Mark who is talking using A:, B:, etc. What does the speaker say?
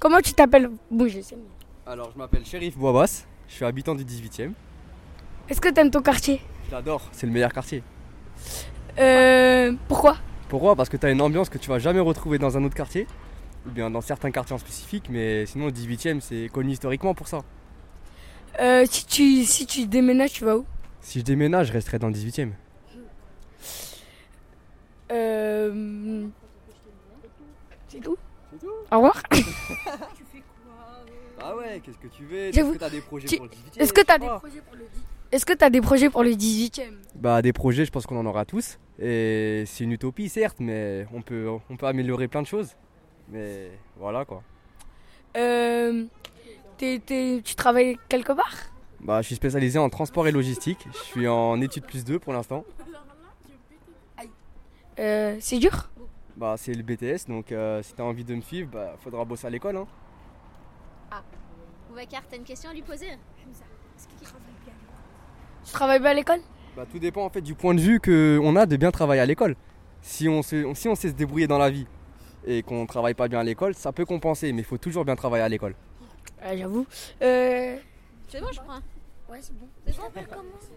A: Comment tu t'appelles Bon, je sais.
B: Alors, je m'appelle Shérif Boabas, je suis habitant du 18e.
A: Est-ce que t'aimes ton quartier
B: Je l'adore, c'est le meilleur quartier.
A: Euh. Pourquoi
B: Pourquoi Parce que tu as une ambiance que tu vas jamais retrouver dans un autre quartier, ou bien dans certains quartiers en spécifique, mais sinon le 18e c'est connu historiquement pour ça.
A: Euh, si tu, si tu déménages, tu vas où
B: Si je déménage, je resterai dans le 18e.
A: Euh. C'est tout Au revoir.
C: Tu fais quoi
B: Ah ouais, qu'est-ce que tu veux Est-ce
A: J'avoue.
B: que t'as des projets
A: Tu-
B: pour le 18e
A: Est-ce que t'as
B: Je sais
A: des
B: pas.
A: projets pour le Est-ce que t'as des projets pour le 18e
B: Bah des projets, je pense qu'on en aura tous. Et c'est une utopie certes, mais on peut, on peut améliorer plein de choses. Mais voilà quoi.
A: Euh. t'es- t'es- tu travailles quelque part
B: Bah je suis spécialisé en transport et logistique. Je suis en études plus 2 pour l'instant.
A: Euh. C'est dur
B: Bah c'est le BTS, donc euh, si t'as envie de me suivre, bah faudra bosser à l'école hein.
C: Boubacar, t'as une question à lui poser
A: Tu travailles bien à l'école
B: Bah, tout dépend en fait du point de vue qu'on a de bien travailler à l'école. Si on, se- on- si on sait se débrouiller dans la vie et qu'on travaille pas bien à l'école, ça peut compenser, mais il faut toujours bien travailler à l'école.
A: Ouais, j'avoue. Euh.
C: C'est bon, je crois.
A: Ouais, c'est bon.
C: C'est bon, on peut commencer.